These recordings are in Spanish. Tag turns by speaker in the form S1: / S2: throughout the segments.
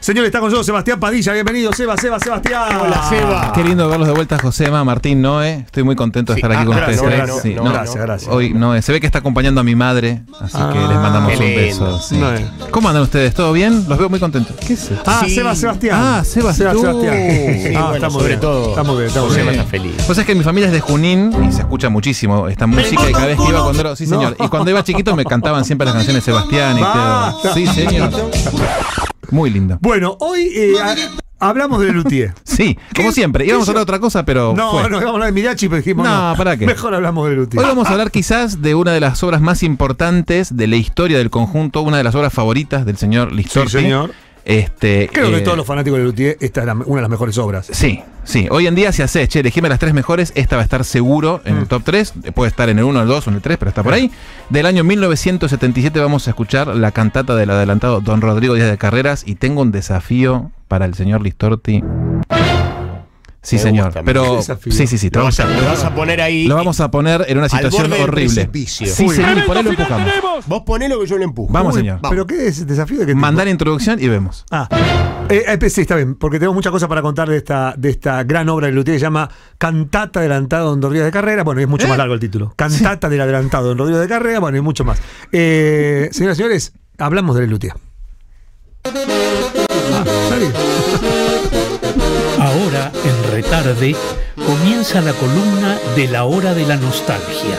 S1: Señor, está con nosotros Sebastián Padilla. Bienvenido, Seba, Seba, Sebastián.
S2: Hola, Seba.
S3: Ah. Qué lindo verlos de vuelta, Josema, Martín, Noé. Estoy muy contento de
S2: Sí,
S3: estar aquí
S2: ah,
S3: con
S1: gracias,
S3: ustedes. ¿eh?
S1: gracias,
S3: Sí,
S1: no, gracias, gracias.
S3: Hoy Noé, se ve que está acompañando a mi madre, así que les mandamos
S2: qué
S3: un
S2: lindo.
S3: beso. sí.
S1: Noé.
S3: ¿Cómo andan ustedes? ¿Todo bien? Los veo muy contentos. ¿Qué es esto?
S1: Ah,
S2: Sí.
S1: Seba, Sebastián.
S3: Ah, Seba, tú.
S2: Sí,
S1: ah,
S2: bueno,
S1: estamos
S2: sobre
S1: bien.
S2: todo.
S1: Estamos bien, estamos
S2: Josema
S1: bien.
S2: está feliz.
S3: Vos sabés que mi familia eh, pues es de Junín y se escucha muchísimo esta música y cada vez que iba cuando era... Sí, señor. Y cuando iba chiquito me cantaban siempre las canciones de Sebastián y
S1: Basta.
S3: todo. Sí, señor. Muy lindo.
S1: Bueno, hoy eh, ha- hablamos de Lutier.
S3: Sí, como siempre. Íbamos a hablar de otra cosa, pero
S1: No,
S3: Oh, fue.
S1: no, íbamos a hablar de Mirachi, pero dijimos. No,
S3: No, ¿para qué?
S1: Mejor hablamos de Lutier.
S3: Hoy vamos a hablar quizás de una de las obras más importantes de la historia del conjunto, una de las obras favoritas del señor Listorti.
S1: señor.
S3: Este,
S1: Creo que
S3: eh,
S1: todos los fanáticos de Lutier, esta es la- una de las mejores obras.
S3: Sí, sí. Hoy en día si haces, che, elegime las tres mejores, esta va a estar seguro
S1: Mm.
S3: en el top 3, puede estar en el 1, el 2 o en el 3, pero
S1: Eh.
S3: está por ahí. Del año 1977 vamos a escuchar la cantata del adelantado Don Rodrigo Díaz de Carreras y tengo un desafío para el señor Listorti. Sí,
S2: Me
S3: señor.
S2: gusta, me
S3: pero
S1: gusta el desafío.
S3: sí, sí, sí, te
S2: Lo
S3: vamos
S2: vas,
S3: a-
S2: a, lo vas a poner ahí.
S3: lo vamos a poner en una
S2: Al
S3: situación
S2: borde del
S3: horrible.
S2: precipicio.
S3: Sí,
S1: Uy.
S3: señor, y por ahí lo empujamos.
S2: Vos ponelo que yo lo empujo.
S3: Vamos,
S2: Uy,
S3: señor.
S1: ¿Pero qué es el desafío de que
S3: Mandar introducción y vemos.
S1: Ah, eh, eh, sí, está bien, porque tenemos muchas cosas para contar de esta, de esta gran obra de Lutier que se llama Cantata adelantada Don Rodríguez de Carrera. Bueno, es mucho más largo el título. Cantata del adelantado Don Rodríguez de Carrera, bueno, y mucho más. Eh, señoras y señores, hablamos de Lutier. Ah, ¿sabes?
S4: Ahora, en retarde, comienza la columna de la hora de la nostalgia,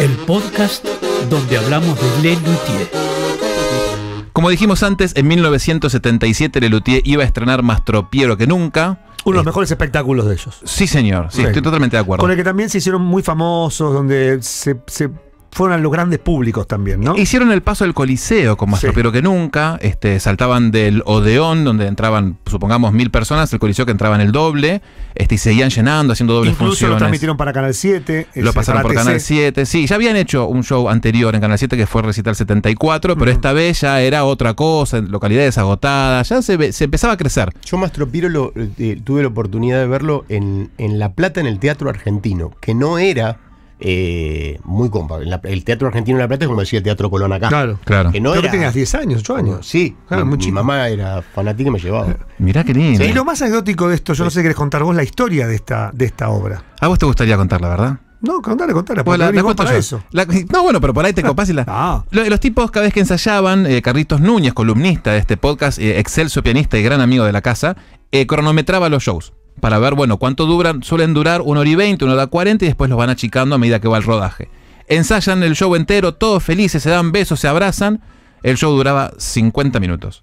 S4: el podcast donde hablamos de Le Luthier.
S3: Como dijimos antes, en 1977 Lelutier iba a estrenar más tropiero que nunca.
S1: Uno de los mejores espectáculos de ellos.
S3: Sí, señor. Sí,
S1: Sí.
S3: estoy totalmente de acuerdo.
S1: Con el que también se hicieron muy famosos, donde se, se fueron a los grandes públicos también, ¿no?
S3: Hicieron el paso del Coliseo con más
S1: Sí.
S3: tropiero que nunca. Este, saltaban del Odeón, donde entraban, supongamos, mil personas, el Coliseo que entraba en el doble, este, y seguían llenando, haciendo dobles
S1: Incluso lo
S3: funciones.
S1: transmitieron para Canal 7.
S3: Lo
S1: ese,
S3: pasaron
S1: para
S3: por
S1: TC.
S3: Canal 7. Sí, ya habían hecho un show anterior en Canal 7 que fue Recital 74, pero esta vez ya era otra cosa, en localidades agotadas, ya se, ve- se empezaba a crecer.
S2: Yo Mastropiro lo, eh, tuve la oportunidad de verlo en, en La Plata, en el Teatro Argentino, que no era eh, muy compa. en la- el Teatro Argentino en La Plata es como decía el Teatro Colón acá.
S1: Claro.
S3: Claro.
S2: Que no
S1: Creo
S2: era.
S1: que tenías 10 años, 8 años.
S2: Sí,
S1: Claro,
S2: mi,
S1: muy
S2: mi
S1: chico.
S2: mamá era fanática y me llevaba.
S3: Mirá qué lindo.
S1: Y lo más anecdótico de esto, yo no sé si querés contar vos la historia de esta, de esta obra.
S3: A vos te gustaría contarla, ¿verdad?
S1: No, contale, contale, porque
S3: Bueno, la,
S1: venís
S3: la
S1: vos
S3: cuento
S1: para
S3: yo.
S1: eso.
S3: La- no, bueno, pero por ahí te copás y la.
S1: Ah.
S3: Lo- Los tipos, cada vez que ensayaban, eh, Carlitos Núñez, columnista de este podcast, eh, excelso pianista y gran amigo de la casa, eh, cronometraba los shows para ver, bueno, cuánto duran. Suelen durar una hora y 20, una hora 40 y después los van achicando a medida que va el rodaje. Ensayan el show entero, todos felices, se dan besos, se abrazan. El show duraba 50 minutos.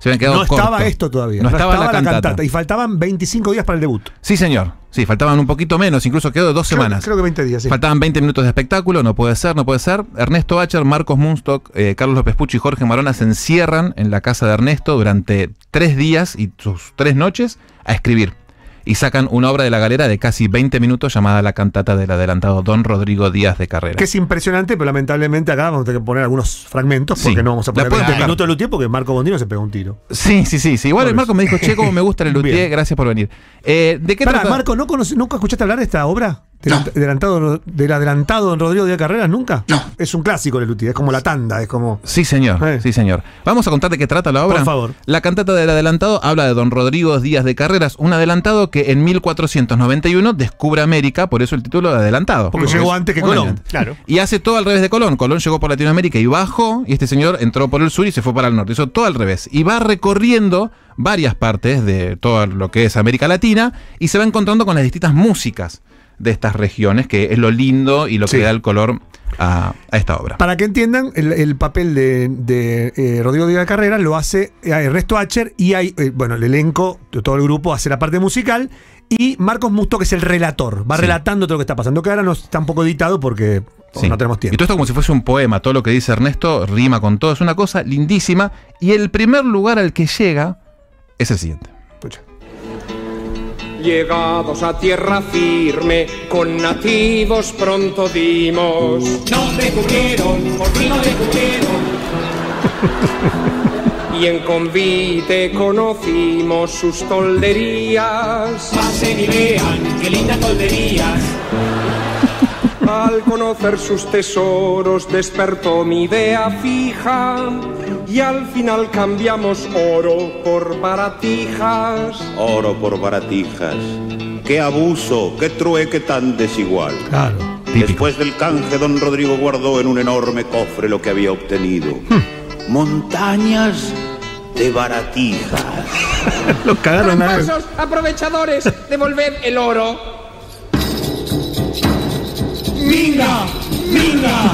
S3: Se habían quedado
S1: No estaba
S3: cortos.
S1: esto todavía.
S3: No, estaba, la cantata.
S1: Y faltaban 25 días para el debut.
S3: Sí, señor. Sí, faltaban un poquito menos, incluso quedó dos
S1: Creo-
S3: semanas.
S1: Creo, que 20 días, sí.
S3: Faltaban 20 minutos de espectáculo, no puede ser, no puede ser. Ernesto Acher, Marcos Munstock, eh, Carlos López Pucci y Jorge Marona se encierran en la casa de Ernesto durante tres días y sus tres noches a escribir. Y sacan una obra de la galera de casi 20 minutos llamada La cantata del adelantado Don Rodrigo Díaz de Carrera.
S1: Que es impresionante, pero lamentablemente acá vamos a tener que poner algunos fragmentos
S3: Sí.
S1: porque no vamos a
S3: La
S1: poner
S3: pueden
S1: el
S3: tocar.
S1: minuto de Lutier porque Marco Bondino se pegó un tiro.
S3: Sí, sí, sí. sí. Igual el Marco me dijo, che, cómo me gusta el Luthier,
S1: Bien.
S3: gracias por venir. Eh, ¿De qué
S1: Pará,
S3: trata?
S1: Marco, ¿no conoce- ¿nunca escuchaste hablar de esta obra? Del, adelantado, del adelantado Don Rodrigo Díaz Carreras, ¿nunca? No. Es un clásico de Lutier, es como la tanda, es como.
S3: Sí, señor.
S1: Eh.
S3: Sí, señor. Vamos a contar de qué trata la obra.
S1: Por favor.
S3: La cantata del adelantado habla de don Rodrigo Díaz de Carreras, un adelantado que en 1491 descubre América, por eso el título de adelantado.
S1: Porque llegó antes que
S3: un año
S1: Colón.
S3: antes.
S2: Claro.
S3: Y hace todo al revés de Colón. Colón llegó por Latinoamérica y bajó, y este señor entró por el sur y se fue para el norte. Hizo todo al revés. Y va recorriendo varias partes de todo lo que es América Latina y se va encontrando con las distintas músicas de estas regiones, que es lo lindo y lo que
S1: Sí.
S3: da el color a, a esta obra.
S1: Para que entiendan, el, el papel de, de, eh, Rodrigo Díaz Carrera lo hace eh, Ernesto Acher y hay, eh, bueno, el elenco, t- todo el grupo hace la parte musical y Marcos Musto, que es el relator, va
S3: Sí.
S1: relatando todo lo que está pasando, que ahora no está un poco editado porque oh,
S3: Sí.
S1: no tenemos
S3: Y todo
S1: tiempo.
S3: esto como si fuese un poema, todo lo que dice Ernesto rima con todo, es una cosa lindísima. Y el primer lugar al que llega es el siguiente.
S1: Escucha.
S5: Llegados a tierra firme, con nativos pronto dimos. No me cubrieron, por mí no me cubrieron. Y en convite conocimos sus tolderías. Pasen y vean, qué lindas tolderías. Al conocer sus tesoros despertó mi idea fija y al final cambiamos oro por baratijas.
S6: Oro por baratijas. Qué abuso, qué trueque tan desigual.
S1: Claro.
S6: Después del canje, don Rodrigo guardó en un enorme cofre lo que había obtenido. Montañas de baratijas.
S1: Los cagaron a
S5: Tramposos, aprovechadores, devolved el oro. ¡Minga! ¡Minga!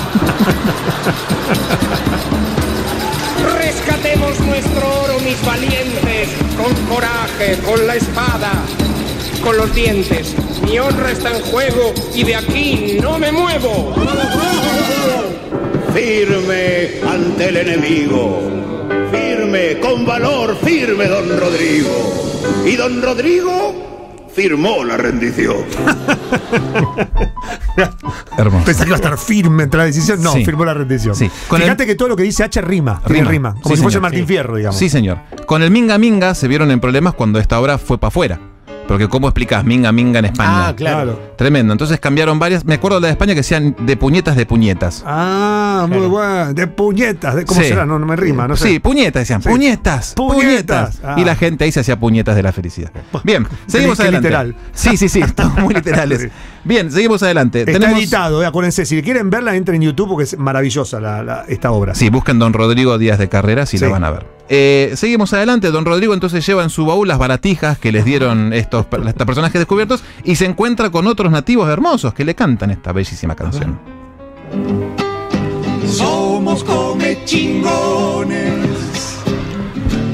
S5: Rescatemos nuestro oro, mis valientes, con coraje, con la espada, con los dientes. Mi honra está en juego y de aquí no me muevo.
S6: Firme ante el enemigo. Firme, con valor, firme, don Rodrigo. Y don Rodrigo firmó la rendición.
S3: Hermoso.
S1: Pensé que iba a estar firme entre la decisión. No,
S3: Sí.
S1: firmó la rendición.
S3: Sí. Con
S1: Fíjate que todo lo que dice H rima. Tiene
S3: Rima.
S1: rima.
S3: Sí,
S1: Como si fuese
S3: señor.
S1: Martín
S3: Sí.
S1: Fierro, digamos.
S3: Sí, señor. Con el Minga Minga se vieron en problemas cuando esta obra fue para afuera. Porque ¿cómo explicas Minga Minga en España?
S2: Ah, claro.
S3: Tremendo. Entonces cambiaron varias. Me acuerdo de la de España que decían de puñetas de puñetas.
S1: Ah, muy bueno. De puñetas. de- ¿Cómo
S3: Sí.
S1: será? No, no me rima, no sé.
S3: Sí, puñetas decían.
S1: Sí.
S3: Puñetas.
S1: Puñetas.
S3: Puñetas.
S1: Ah.
S3: Y la gente ahí se hacía puñetas de la felicidad. Bien, seguimos
S1: qué
S3: adelante.
S1: literal.
S3: Sí, sí, sí. Estamos muy literales. Bien, seguimos adelante.
S1: Está editado, eh, acuérdense. Si quieren verla, entren en YouTube porque es maravillosa la- la- esta obra.
S3: Sí, busquen Don Rodrigo Díaz de Carreras y
S1: Sí.
S3: la van a ver. Eh, seguimos adelante. Don Rodrigo entonces lleva en su baúl las baratijas que les dieron estos, per- estos personajes descubiertos y se encuentra con otros nativos hermosos que le cantan esta bellísima canción.
S7: Somos come chingones,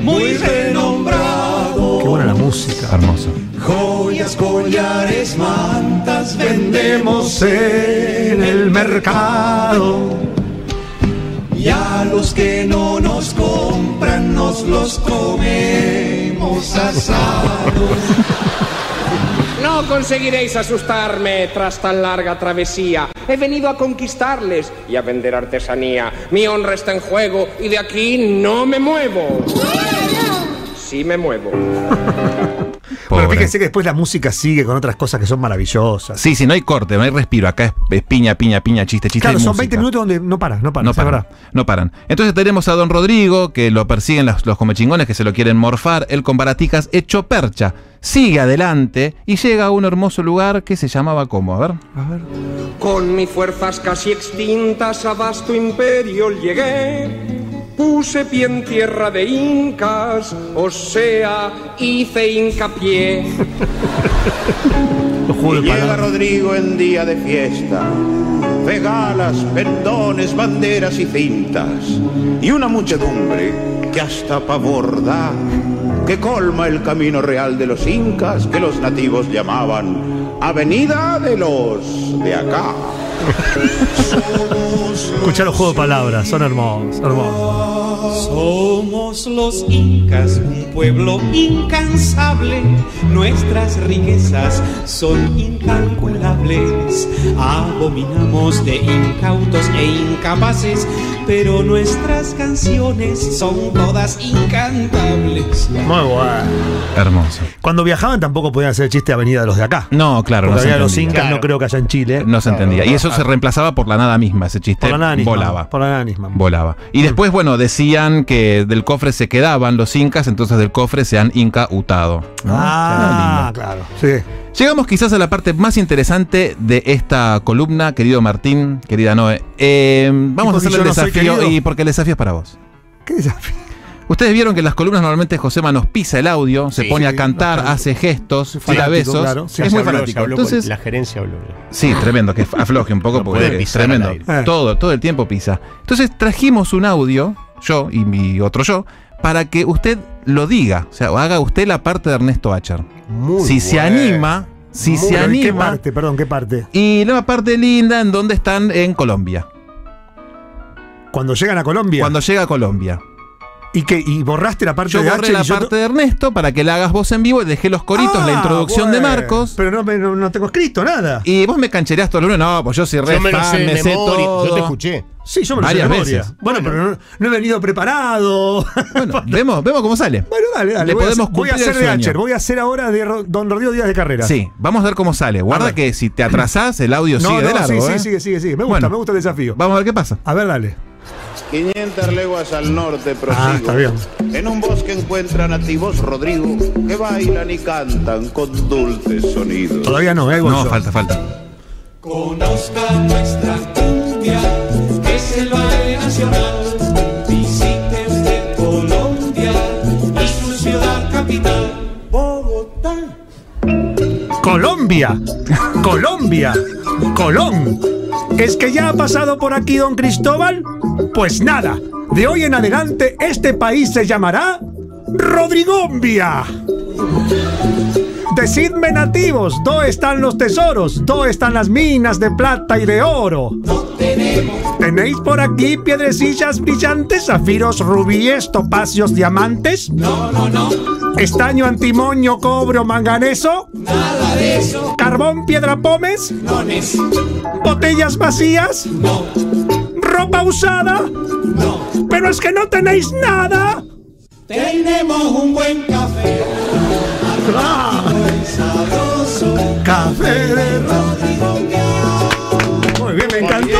S7: muy renombrados.
S1: Qué buena la música.
S3: Hermoso.
S7: Joyas, collares, mantas vendemos
S1: en el mercado.
S7: y a los que no nos compran nos los comemos asados.
S5: No conseguiréis asustarme tras tan larga travesía. He venido a conquistarles y a vender artesanía. Mi honra está en juego y de aquí no me muevo. Sí me muevo.
S1: Pero
S3: Pobre.
S1: fíjense que después la música sigue con otras cosas que son maravillosas.
S3: Sí, sí, no hay corte, no hay respiro. Acá es, es piña, piña, piña, chiste, chiste.
S1: claro,
S3: y
S1: son
S3: música.
S1: 20 minutos donde no para, no para.
S3: No
S1: es la
S3: paran,
S1: verdad.
S3: no paran. Entonces tenemos a Don Rodrigo, que lo persiguen los, los comechingones que se lo quieren morfar. Él con baraticas hecho percha. Sigue adelante y llega a un hermoso lugar que se llamaba como, a ver.
S5: Con mis fuerzas casi extintas a vasto imperio llegué. Puse pie en tierra de incas, o sea, hice hincapié.
S1: Los
S6: Y
S1: juegos de
S6: llega
S1: palabras.
S6: Rodrigo en día de fiesta. Regalas, pendones, banderas y cintas. Y una muchedumbre que hasta pavor da, que colma el camino real de los incas que los nativos llamaban Avenida de los de acá.
S1: Escuchá los juegos de palabras, son hermosos, hermosos.
S7: Somos los incas, un pueblo incansable. Nuestras riquezas son incalculables. Abominamos de incautos e incapaces, pero nuestras canciones son todas incantables.
S1: Muy bueno.
S3: Hermoso.
S1: Cuando viajaban tampoco podían hacer chiste de Avenida de los de acá.
S3: No, claro,
S1: Porque
S3: no se
S1: había los
S3: entendía.
S1: incas, no creo que haya en Chile.
S3: No se entendía. Y eso se reemplazaba por la nada misma, ese chiste.
S1: por la nada misma.
S3: volaba.
S1: Por la nada misma.
S3: Volaba. Y después, bueno, decían que del cofre se quedaban los incas, entonces del cofre se han incautado. ¿no?
S1: Ah, claro. Sí.
S3: Llegamos quizás a la parte más interesante de esta columna, querido Martín, querida Noé. Eh, vamos
S1: ¿Y
S3: a
S1: porque
S3: hacer el
S1: yo no soy
S3: desafío
S1: querido?
S3: y porque el desafío es para vos.
S1: ¿Qué desafío?
S3: Ustedes vieron que en las columnas normalmente Josema nos pisa el audio, se
S2: Sí,
S3: pone a
S2: sí,
S3: cantar,
S1: bastante.
S3: hace gestos, tira
S1: fanático,
S3: besos.
S1: claro. Sí,
S3: es
S2: Se
S3: muy
S2: habló, se
S3: fanático.
S2: habló con-
S3: Entonces,
S2: la gerencia habló.
S3: Sí, tremendo, que afloje un poco
S2: No
S3: porque
S2: puede
S3: es
S2: pisar
S3: tremendo.
S2: al aire. Eh.
S1: Ah.
S3: Todo, todo el tiempo pisa. Entonces trajimos un audio, yo y mi otro yo, para que usted lo diga. O sea, haga usted la parte de Ernesto Acher.
S2: Muy
S3: si se
S2: bueno.
S3: anima, si
S1: Muy
S3: se
S1: bien. ¿Qué
S3: anima.
S1: parte? Perdón, ¿qué parte?
S3: Y la parte linda en donde están en Colombia.
S1: Cuando llegan a Colombia.
S3: Cuando llega a Colombia.
S1: Y que y borraste la parte
S3: Yo
S1: de
S3: borré
S1: H
S3: la
S1: y yo
S3: parte de Ernesto para que la hagas vos en vivo y dejé los coritos, la
S1: Ah,
S3: introducción de
S1: bueno,
S3: Marcos.
S1: Pero no, me- no, no tengo escrito nada.
S3: Y vos me canchereás todo el lunes. No, pues yo soy re
S2: Yo me lo
S3: fan,
S2: sé de
S3: me sé
S2: memoria,
S3: todo.
S2: Yo te escuché.
S1: sí, yo me lo sé de
S3: varias
S1: memoria.
S3: veces.
S1: Bueno, pero no, no he venido preparado.
S3: Bueno, vemos, vemos cómo sale.
S1: Bueno, dale, dale.
S3: Le
S1: voy,
S3: podemos
S1: a, hacer- voy a
S3: cumplir
S1: hacer
S3: el
S1: de
S3: sueño.
S1: Acher, voy a hacer ahora de Ro- Don Rodrigo Díaz de Carrera.
S3: Sí, vamos a ver cómo sale. Guarda
S1: ver.
S3: que si te atrasás, el audio
S1: No,
S3: sigue de
S1: no, sí,
S3: largo.
S1: sí,
S3: ¿eh?
S1: sigue, sigue, sigue. Me gusta,
S3: Bueno.
S1: me gusta el desafío.
S3: Vamos a ver qué pasa.
S1: A ver, dale.
S6: 500 leguas al norte prosigo.
S1: Ah, está bien.
S6: En un bosque encuentran nativos Rodrigo que bailan y cantan con dulces sonidos.
S1: Todavía no, ¿eh?
S3: No,
S1: Gonzo?
S3: falta, falta.
S7: Conozca nuestra cumbia, es el baile nacional. Visite usted Colombia y su ciudad capital, Bogotá.
S1: Colombia, Colombia, Colón. ¿Es que ya ha pasado por aquí don Cristóbal? Pues nada, de hoy en adelante este país se llamará Rodrigombia. Decidme nativos, ¿dónde están los tesoros? ¿Dónde están las minas de plata y de oro? ¿Tenéis por aquí piedrecillas brillantes, zafiros, rubíes, topacios, diamantes? ¿Estaño, antimonio, cobro, manganeso? Nada de eso. ¿Carbón, piedra, pomes? ¿Botellas vacías? No. ¿Ropa usada? No. ¿Pero es que no tenéis nada?
S7: Tenemos un buen café, sabroso.
S1: Café de Muy bien, me encantó.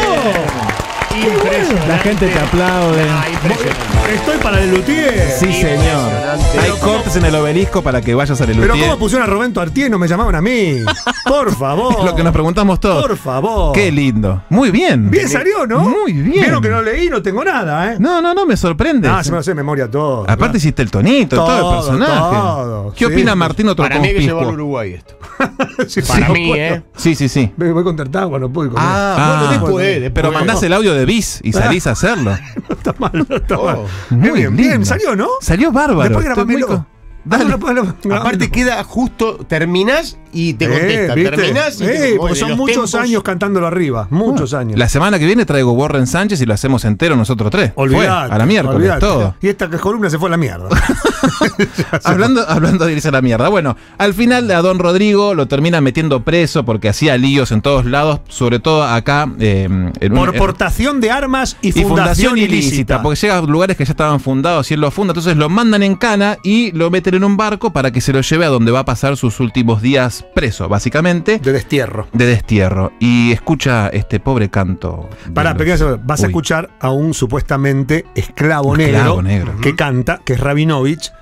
S8: La gente te aplaude.
S1: Estoy para el luthier.
S8: Sí, señor.
S3: Hay cortes en el obelisco para que vayas al
S1: Pero
S3: Elutier.
S1: ¿cómo pusieron a Roberto Artier y no me llamaban a mí? Por favor.
S3: Lo que nos preguntamos todos.
S1: Por favor.
S3: Qué lindo. Muy bien.
S1: Bien salió, ¿no?
S3: Muy bien.
S1: Vieron que no leí, no tengo nada, ¿eh?
S3: No, no, no, me sorprende.
S1: Ah, se me lo sé de memoria todo.
S3: Aparte hiciste el tonito, todo,
S1: Todo,
S3: el personaje.
S1: todo,
S3: ¿Qué
S1: sí.
S3: opina Martín otro
S2: Para mí hay que llevarlo a
S3: conspicuo?
S2: Uruguay esto.
S1: Sí,
S2: Para
S1: no
S2: mí,
S1: puedo.
S2: ¿eh?
S3: Sí, sí, sí.
S1: Me voy contratado cuando puedo. comer.
S3: Ah,
S2: bueno, después,
S1: bueno.
S2: después.
S3: Pero mandás el audio de Bis y salís a hacerlo.
S1: No está mal, no está mal.
S3: Oh, Muy
S1: Qué bien,
S3: lindo.
S1: bien, salió, ¿no?
S3: Salió bárbaro.
S1: Después
S3: Estoy muy
S1: grabamelo.
S3: co-
S1: Ah, no, no,
S3: Dale.
S1: no, no, no.
S2: Aparte queda justo, terminás y te
S1: Eh,
S2: contesta.
S1: ¿viste?
S2: Terminás y
S1: Eh,
S2: te
S1: porque
S2: de
S1: son
S2: los
S1: muchos
S2: tempos-
S1: años cantándolo arriba. Muchos años.
S3: Ah. La semana que viene traigo Warren Sánchez y lo hacemos entero nosotros tres. Fue,
S1: Olvidate,
S3: a la miércoles,
S1: olvidate.
S3: todo.
S1: Y esta columna se fue a la mierda.
S3: Hablando, hablando de irse a la mierda. Bueno, al final a Don Rodrigo lo termina metiendo preso porque hacía líos en todos lados, sobre todo acá. eh, en un-
S1: Por
S3: en-
S1: portación de armas y
S3: y
S1: fundación, ilícita.
S3: porque llega a lugares que ya estaban fundados y él lo funda, entonces lo mandan en cana y lo meten en un barco para que se lo lleve a donde va a pasar sus últimos días preso, básicamente,
S1: De destierro.
S3: de destierro. Y escucha este pobre canto. de
S1: Pará,
S3: los-
S1: pequeña sorpresa, vas a
S3: Uy.
S1: escuchar a un supuestamente esclavo,
S3: Esclavo
S1: negro,
S3: negro.
S1: que canta, que es Rabinovich,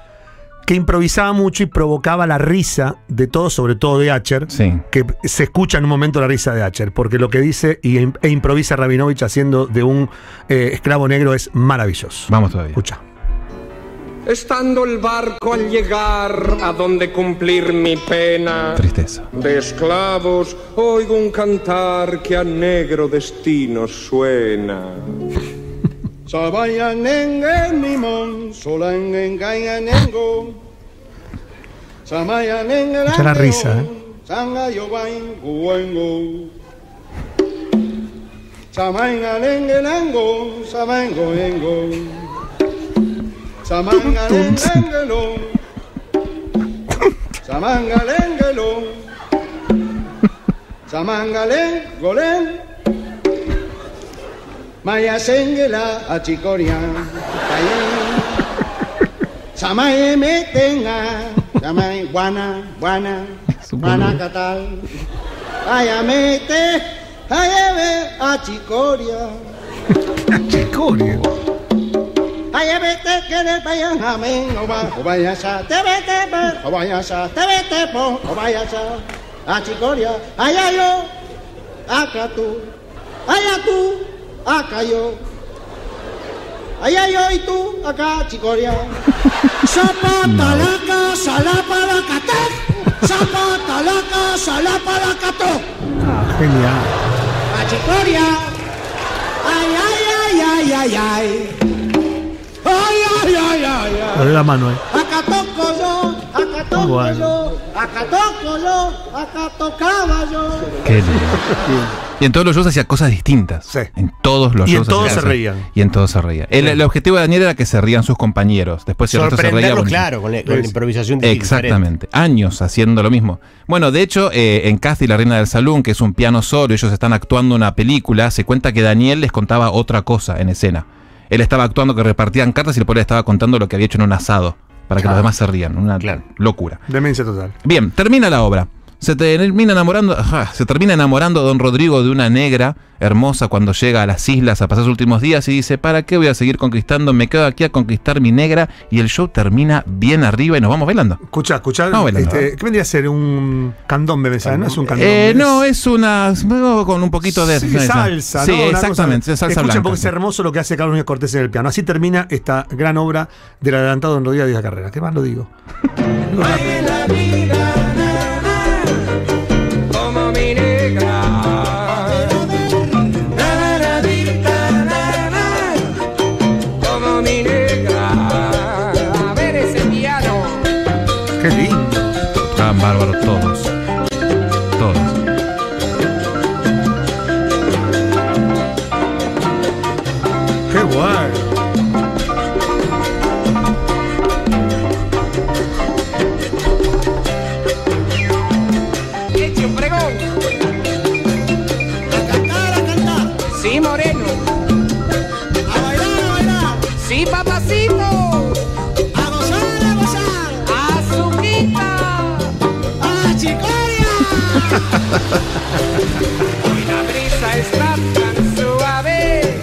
S1: que improvisaba mucho y provocaba la risa de todos, sobre todo de Acher.
S3: Sí.
S1: que se escucha en un momento la risa de Acher, porque lo que dice y, e improvisa Rabinovich haciendo de un eh, esclavo negro es maravilloso.
S3: Vamos todavía.
S1: Escucha.
S5: Estando el barco al llegar a donde cumplir mi pena.
S3: Tristeza.
S5: De esclavos oigo un cantar que a negro destino suena.
S1: Escucha la risa, ¿eh? Dale la mano, ¿eh?
S3: Qué lindo. Y en todos los shows hacía cosas distintas.
S1: Sí.
S3: En todos los
S1: Y en
S3: shows.
S1: todos
S3: hacía
S1: se
S3: cosas-
S1: reían.
S3: Y en todos se reían. El, el objetivo de Daniel era que se rían sus compañeros. Después si el resto se reía.
S2: Sorprenderlos,
S3: buenísimo.
S2: claro, con la, con la improvisación diferente.
S3: Exactamente, años haciendo lo mismo. Bueno, de hecho, eh, en Cathy, la reina del salón, que es un piano solo, ellos están actuando una película, se cuenta que Daniel les contaba otra cosa en escena. Él estaba actuando que repartían cartas y el pobre estaba contando lo que había hecho en un asado, para que los demás se rían, una
S2: Claro.
S3: locura.
S1: Demencia total.
S3: Bien, termina la obra. Se termina enamorando, ajá, se termina enamorando don Rodrigo de una negra hermosa cuando llega a las islas a pasar sus últimos días y dice, ¿para qué voy a seguir conquistando? Me quedo aquí a conquistar mi negra y el show termina bien arriba y nos vamos bailando.
S1: Escuchá, escuchá.
S3: No, bueno,
S1: este,
S3: no.
S1: ¿Qué vendría a ser? Un candombe, me sale, ¿no? Es un candombe.
S3: Eh, no, es una. Con un poquito de.
S1: Sí,
S3: no, no.
S1: salsa,
S3: Sí,
S1: ¿no? Una
S3: exactamente,
S1: cosa-
S3: es salsa
S1: Escuchen,
S3: blanca.
S1: porque es hermoso lo que hace Carlos Núñez Cortés en el piano. Así termina esta gran obra del adelantado Don Rodríguez de la Carrera. ¿Qué más lo digo?
S5: como mi negra. Na, na, na, di, na, na, na, Como mi negra. A ver ese piano.
S1: Qué lindo.
S3: Estaban bárbaros todos. Todos.
S1: Qué guay.
S5: Eche un pregón. A cantar, a cantar. Sí, Moreno. A bailar, a bailar. Sí, papacito. A gozar, a gozar. Azuquita. Hoy la brisa está tan suave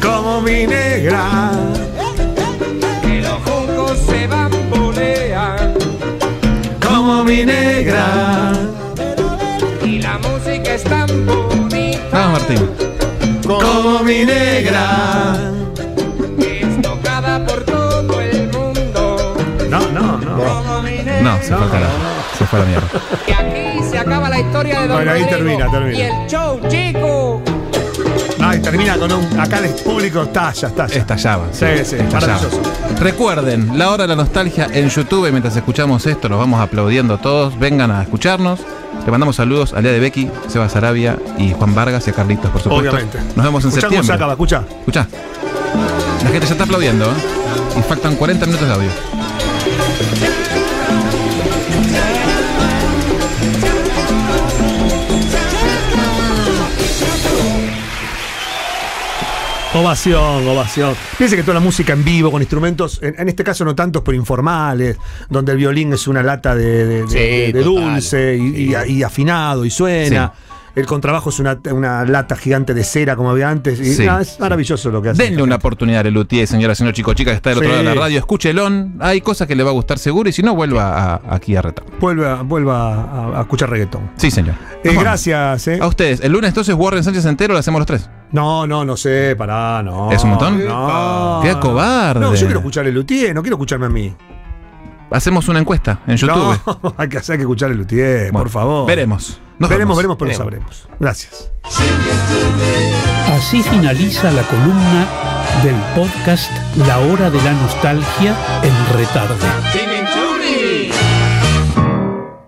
S1: Como mi negra.
S5: que los juncos se bambolean
S1: Como mi negra.
S5: y la música es tan bonita
S3: Vamos, Martín.
S1: Como mi negra.
S5: que es tocada por todo el mundo.
S1: No, no, no.
S5: Como mi
S3: No, se fue al
S1: No.
S3: carajo. Se fue a la mierda.
S5: Y aquí se acaba la historia de Don
S1: Bueno, ahí
S5: Rodrigo
S1: termina, termina.
S5: y el show, chico.
S1: No, y termina con un. Acá el público estalla, estalla.
S3: Estallaban.
S1: Sí, sí, maravilloso.
S3: Recuerden, la hora de la nostalgia en YouTube. Y mientras escuchamos esto, los vamos aplaudiendo a todos. Vengan a escucharnos. Le mandamos saludos a Lea de Becky, Seba Sarabia y Juan Vargas y a Carlitos, por supuesto.
S1: Obviamente.
S3: Nos vemos en
S1: Escuchá cómo se
S3: septiembre.
S1: acaba, escucha.
S3: Escuchá. La gente ya está aplaudiendo, ¿eh? Y faltan 40 minutos de audio.
S1: Ovación, ovación. Piense que toda la música en vivo, con instrumentos, en, en este caso no tantos, pero informales, donde el violín es una lata de, de- de-
S2: Sí,
S1: de- de
S2: total.
S1: dulce y, y a- y afinado y suena. El contrabajo es una, una lata gigante de cera, como había antes. y
S3: Sí,
S1: nada, es
S3: sí.
S1: maravilloso lo que hace.
S3: Denle una oportunidad a Lutier, señora, señor chico, chica que está del otro
S1: Sí.
S3: lado de la radio. Escúchelón. Hay cosas que le va a gustar seguro y si no, vuelva a- aquí a retar.
S1: Vuelva, vuelva a, a escuchar reggaetón.
S3: Sí, señor.
S1: Eh,
S3: Nos vamos.
S1: gracias, ¿eh?
S3: A ustedes. El lunes entonces Warren Sánchez entero lo hacemos los tres.
S1: No, no, no sé, pará, no.
S3: ¿Es un montón?
S1: No.
S3: Qué cobarde.
S1: No, yo quiero escuchar el Lutier, no quiero escucharme a mí.
S3: Hacemos una encuesta en YouTube.
S1: No, hay que, hay que escuchar el Lutier,
S3: Bueno,
S1: por favor.
S3: Veremos. Nos
S1: veremos,
S3: vemos.
S1: veremos, pero lo
S2: Veremos.
S1: sabremos. Gracias.
S4: Así finaliza la columna del podcast La Hora de la Nostalgia en Retarde.